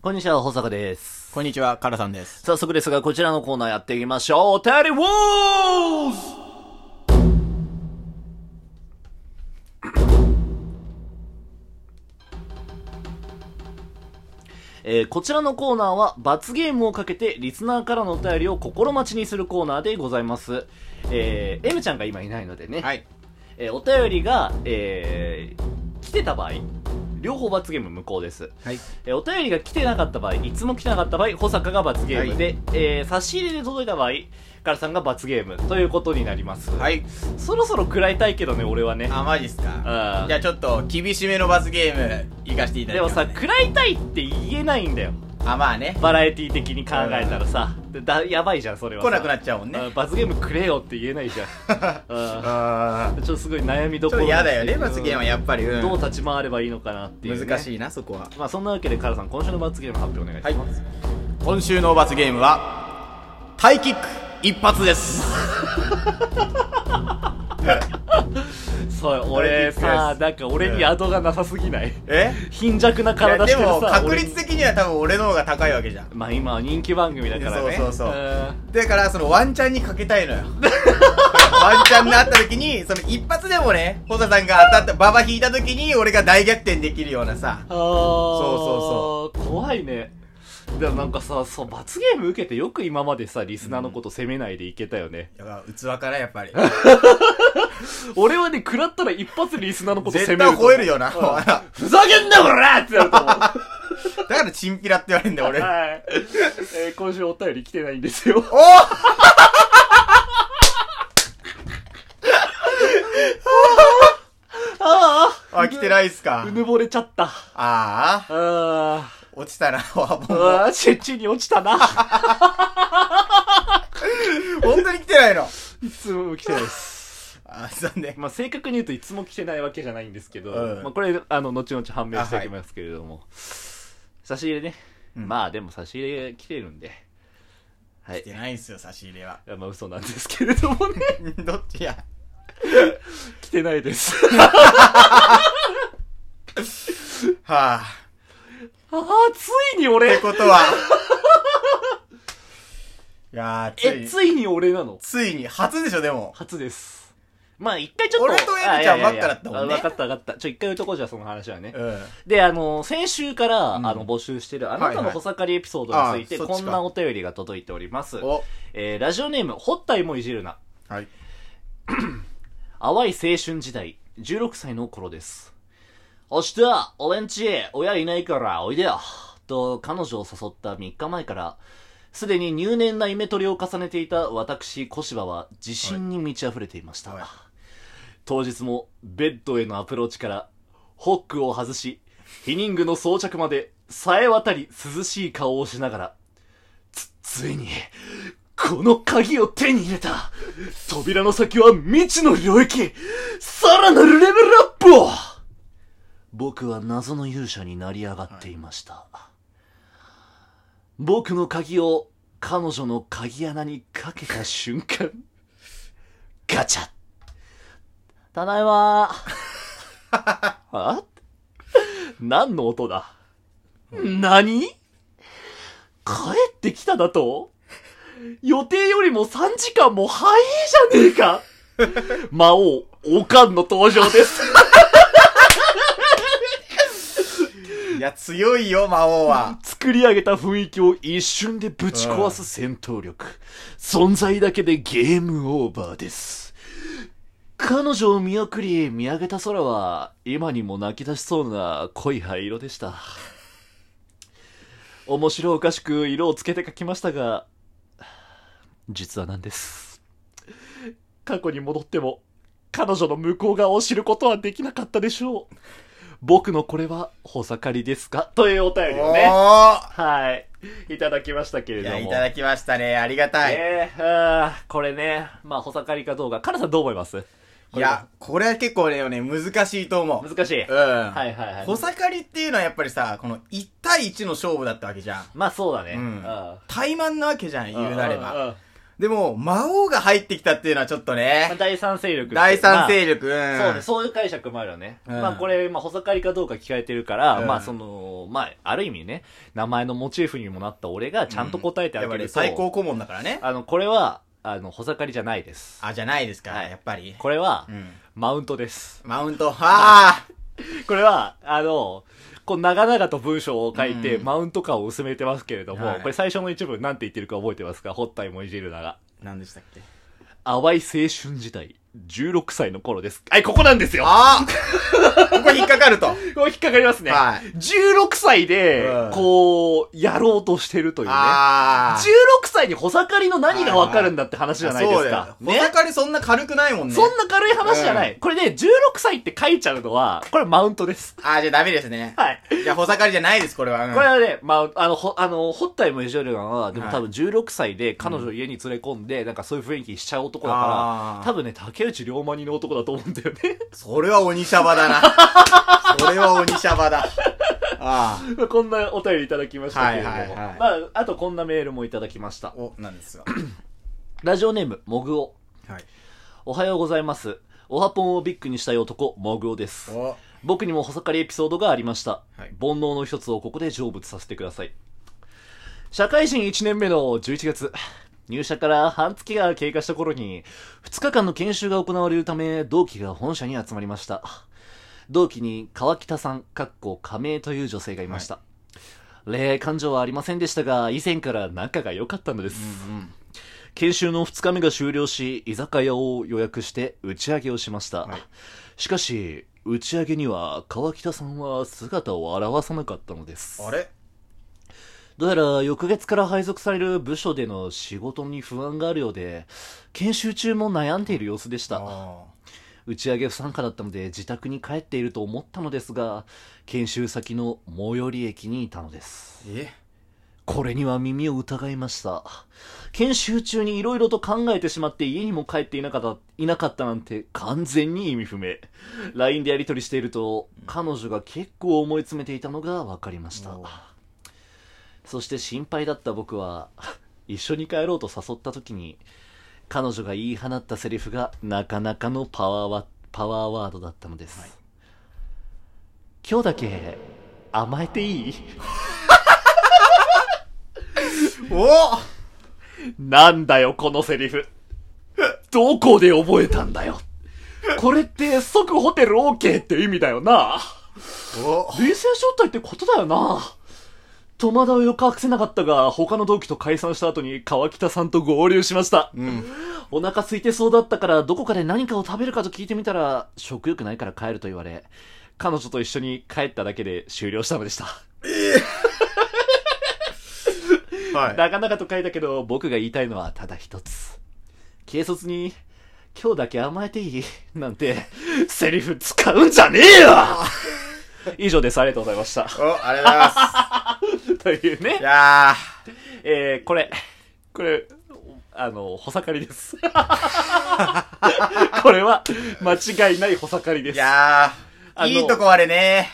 こんにちは、保坂です。こんにちは、カラさんです。早速ですが、こちらのコーナーやっていきましょう。テレウォーズえーこちらのコーナーは罰ゲームをかけてリスナーからのお便りを心待ちにするコーナーでございます。えー、M ちゃんが今いないのでね、はい。えーお便りが、えー来てた場合、両方罰ゲーム無効です。はい。えーお便りが来てなかった場合いつも来てなかった場合保坂が罰ゲームで、えー差し入れで届いた場合からさんが罰ゲームということになります、はい。そろそろ食らいたいけどね俺はねあ、マジっすうかん。じゃあちょっと、厳しめの罰ゲーム、行かせていたでだきまもす、さ食らいたいって言えないんだよあ、まあね。バラエティ的に考えたらさだやばいじゃんそれはさ来なくなっちゃうもんねあ罰ゲームくれよって言えないじ ゃんあうんちょっとすごい悩みどこちろょっと嫌だよね、うん罰ゲームはやっぱり。うんどう立ち回ればいいのかなっていうね、難しいな、そこは。まあそんなわけでからさん今週の罰ゲーム発表お願いしまはす、い。今週の罰ゲームは、タイキック一発です。そう俺さ大なんか俺に後がなさすぎないえ貧弱ないや体しでてるも、さ確俺率的には多分俺の方が高いわけじゃん。まあ今は人気番組だからねそうそうそうんだから、そのワンチャンにかけたいのよ。ワンチャンになった時に、その一発でもね、ホサさんが当たった、ババ引いた時に、俺が大逆転できるようなさ。あそそうそうそう怖いねでもなんかさそう罰ゲーム受けてよく今までさリスナーのこと責めないでいけたよね、やばい器からや っぱり。俺はね食らったら一発リスナーのこと責め絶ると対思う吠えるよな。うん だかふざけんなこらってなると思うらチンピラって言われるんだよ、俺。はい、えー今週お便り来てないんですよおーああ、来てないっすあかう。ぬぼれちゃったああ、あ落ちたな、 フォアボーールあーチェッチに落ちたな本当に来てないの。いつも来てないですあ、残念。まあ、正確に言うといつも来てないわけじゃないんですけど、うんまあ、これあの後々判明していきますけれども、差し入れね、うんまあでも差し入れ来てるんではい来てないんすよ、差し入れは。 いやまあ嘘なんですけれどもねどっちや。来てないですはああ。あついにって俺こと は。いやー、ついえに。ついに俺なのついに、初でしょ、でも。初ですまあ一回ちょっと俺とエミちゃんばっかだったもんね分かった分かったちょ一回言うとこうじゃあその話はね、うん。であの先週から、うんあの募集してるあはないたはいの細刈りエピソードについて、あーそっちこかんなお便りが届いておりますお。えーラジオネーム、ほったいもいじるな。はい。淡い青春時代、16歳の頃です。明日、俺んち、親いないからおいでよ。と、彼女を誘った3日前から、すでに入念なイメトレを重ねていた私、小芝は自信に満ち溢れていました。はい当日も、ベッドへのアプローチから、ホックを外し、ヒニングの装着まで、さえ渡り涼しい顔をしながら、つ、ついに、この鍵を手に入れた扉の先は未知の領域さらなるレベルアップを僕は謎の勇者になり上がっていました。僕の鍵を彼女の鍵穴にかけた瞬間、ガチャただいまあ何の音だ何帰ってきただと予定よりも3時間も早いじゃねえか魔王、オカンの登場です。いや、強いよ、魔王は。作り上げた雰囲気を一瞬でぶち壊す戦闘力。存在だけでゲームオーバーです。彼女を見送り、見上げた空は、今にも泣き出しそうな濃い灰色でした。面白おかしく色をつけて描きましたが、実はなんです。過去に戻っても、彼女の向こう側を知ることはできなかったでしょう。僕のこれは、ほさかりですかというおお便りをね。ーはい。いただきましたけれいどや、も。いただきましたね。ありがたい。ねえあーこれね、まあ、ほさかりかどうか。カナさんどう思いますいや、これは結構ね、難しいと思う。難しい。うん。ははいはいはい小盛りっていうのはやっぱりさ、この1対1の勝負だったわけじゃん。まあ、そうだね。うんあ怠慢なわけじゃん、ー言うなれば。。でも、魔王が入ってきたっていうのはちょっまとあね、第三勢力。第三力。勢力、うんそうね、そういう解釈もあるよね。うんまあこれ、まあ細刈りかどうか聞かれてるから、うんまあその、まあある意味ね、名前のモチーフにもなった俺がちゃんと答えてあやっげぱりると、最高顧問だからね。あの、これは、あの、細刈りじゃないです。あ、じゃないですか、はいやっぱり。これは、うん。マウントです。マウント、あこれは、あの、こう長々と文章を書いて、うんマウント感を薄めてますけれども、はいこれ最初の一部なんて言ってるか覚えてますかホッタイもいじるなら。あ何でしたっけ淡い青春時代、16歳の頃です。はい、ここなんですよああここ引っかかると。これ引っかかりますね。はい16歳でうん、こう、やろうとしてるというね。ああ。 16歳に穂盛りの何がわかるんだって話じゃないですか。そうだよ。ね穂。刈りそんな軽くないもんね。そんな軽い話じゃない。これね、16歳って書いちゃうのは、これマウントです。あー、じゃあダメですね。はい。いや、穂盛りじゃないです、これは。うんこれはね、まあ、あの、ほ、あの、ホッタイもイジョルガンは、でもはい多分16歳で彼女を家に連れ込んで、なんかそういう雰囲気しちゃう男だあかーら、多分ね、竹内涼真似の男だと思うんだよね。 それは鬼シャバだな。それは鬼シャバだ。あこんなお便りいただきましたけれども。はいはいはいまあ、あとこんなメールもいただきましたあ。。お、なんですが。ラジオネーム、もぐお。はい。お はようございます。おはぽんをビッグにしたい男、もぐおです。お、僕にも細刈りエピソードがありました。はい煩悩の一つをここで成仏させてください。社会人1年目の11月、入社から半月が経過した頃に、2日間の研修が行われるため、同期が本社に集まりました。同期に川北さん、かっこ仮名という女性がいました。霊感情はありませんでしたが、以前から仲が良かったのです。研修の2日目が終了し、居酒屋を予約して打ち上げをしました。はいしかし、打ち上げには川北さんは姿を現さなかったのです。あれどうやら翌月から配属される部署での仕事に不安があるようで、研修中も悩んでいる様子でした。あ打ち上げ不参加だったので自宅に帰っていると思ったのですが、研修先の最寄り駅にいたのです。ーえこれには耳を疑いました。研修中に色々と考えてしまって家にも帰っていなかった、いなかったなんて完全に意味不明。LINE でやり取りしていると、彼女が結構思い詰めていたのが分かりましたお。そして心配だった僕は、一緒に帰ろうと誘った時に、彼女が言い放ったセリフがなかなかのパワーワパワーワードだったのです。今日だけ甘えていいおなんだよ、このセリフ。どこで覚えたんだよ。これって即ホテル OK って意味だよな。お冷静状態ってことだよな。戸惑いを隠せなかったが、他の同期と解散した後に川北さんと合流しました。うん。お腹空いてそうだったから、どこかで何かを食べるかと聞いてみたら、食欲ないから帰ると言われ、彼女と一緒に帰っただけで終了したのでした。はい。なかなかと書いたけど、僕が言いたいのはただ一つ。軽率に、今日だけ甘えていいなんて、セリフ使うんじゃねえよ以上です。ありがとうございました。お、ありがとうござ います。といういね。やえー、これ、これ、あの、穂盛り です。これは、間違いない穂盛りでー。いす。やあー。のいいとこあれね。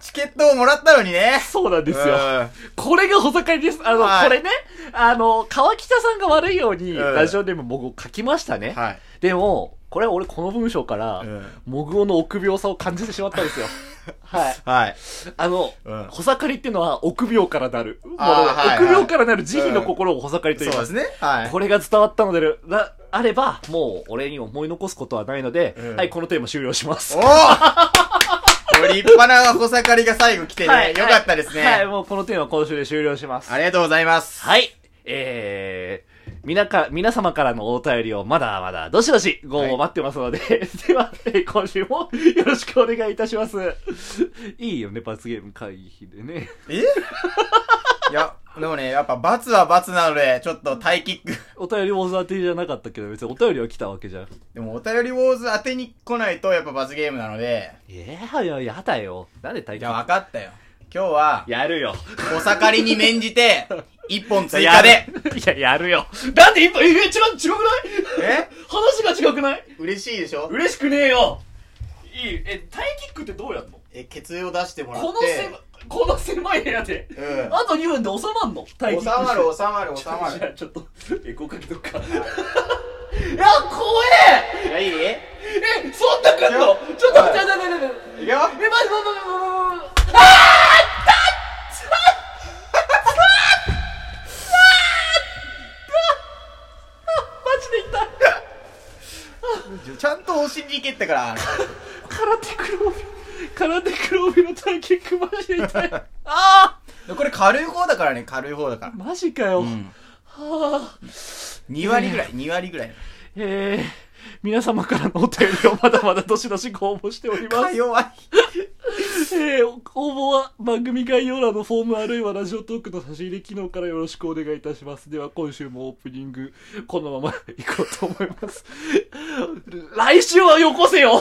チケットをもらったのにね。そうなんですよ。うんこれが細刈りです。あの、はいこれね、あの、川北さんが悪いように、うんラジオでも僕書きましたね。はい。でも、これは俺この文章から、うんモグオの臆病さを感じてしまったんですよ。 はい。はい。あの、うん穂盛りっていうのは臆病からなる。ものあーはいはい臆病からなる慈悲の心を穂盛りとそう言いでますす。ね。はい。これが伝わったのでる、な、あれば、もう俺に思い残すことはないので、うんはい、このテーマ終了します。おお 立派な穂盛りが最後来てね、はいよかったですね、はい、もうこのテーマ今週で終了します。ありがとうございます。はい。えー、みなか、皆様からのお便りをまだまだ、どしどし、ご応募待ってますので、 では、えー今週もよろしくお願いいたします。 いいよね、罰ゲーム回避でね。 え いや、でもね、やっぱ罰は罰なので、ちょっとタイキック。 お便り大沢てじゃなかったけど、別にお便りは来たわけじゃん。でも、お便りウォーズ当てに来ないと、やっぱ罰ゲームなので。えー、いや、やだよ。なんで大じゃ会あ分かったよ。今日は、やるよ。お盛りに免じて、一本追加やで。る いや、やるよ。なんで一本、えー、違う、違くない え話が違くない嬉しいでしょ嬉しくねえよいい、え、タイキックってどうやんのえ、ケツを出してもらっこのてせ、この狭い部屋でうんあと2分で収まんの待機収まる収まる収まじゃるあちょっとエコーかけとくかいや怖え いやいいえそんな来んのちょっと待って待って待って待っていくよえ、まず、まず、まず、まず、あーあーあーあーあーあーあーあーマジで痛いちゃんとお尻に行けってから空手黒帯空手黒帯のターキックマジで痛いあこれ軽い方だからね軽い方だからあマジかよ、んはあ2割ぐらい2割ぐらいえー、皆様からのお便りをまだまだどしどしご応募しておりますか弱いえー、応募は番組概要欄のフォームあるいはラジオトークの差し入れ機能からよろしくお願いいたします。では今週もオープニング、このまま行こうと思います。来週はよこせよ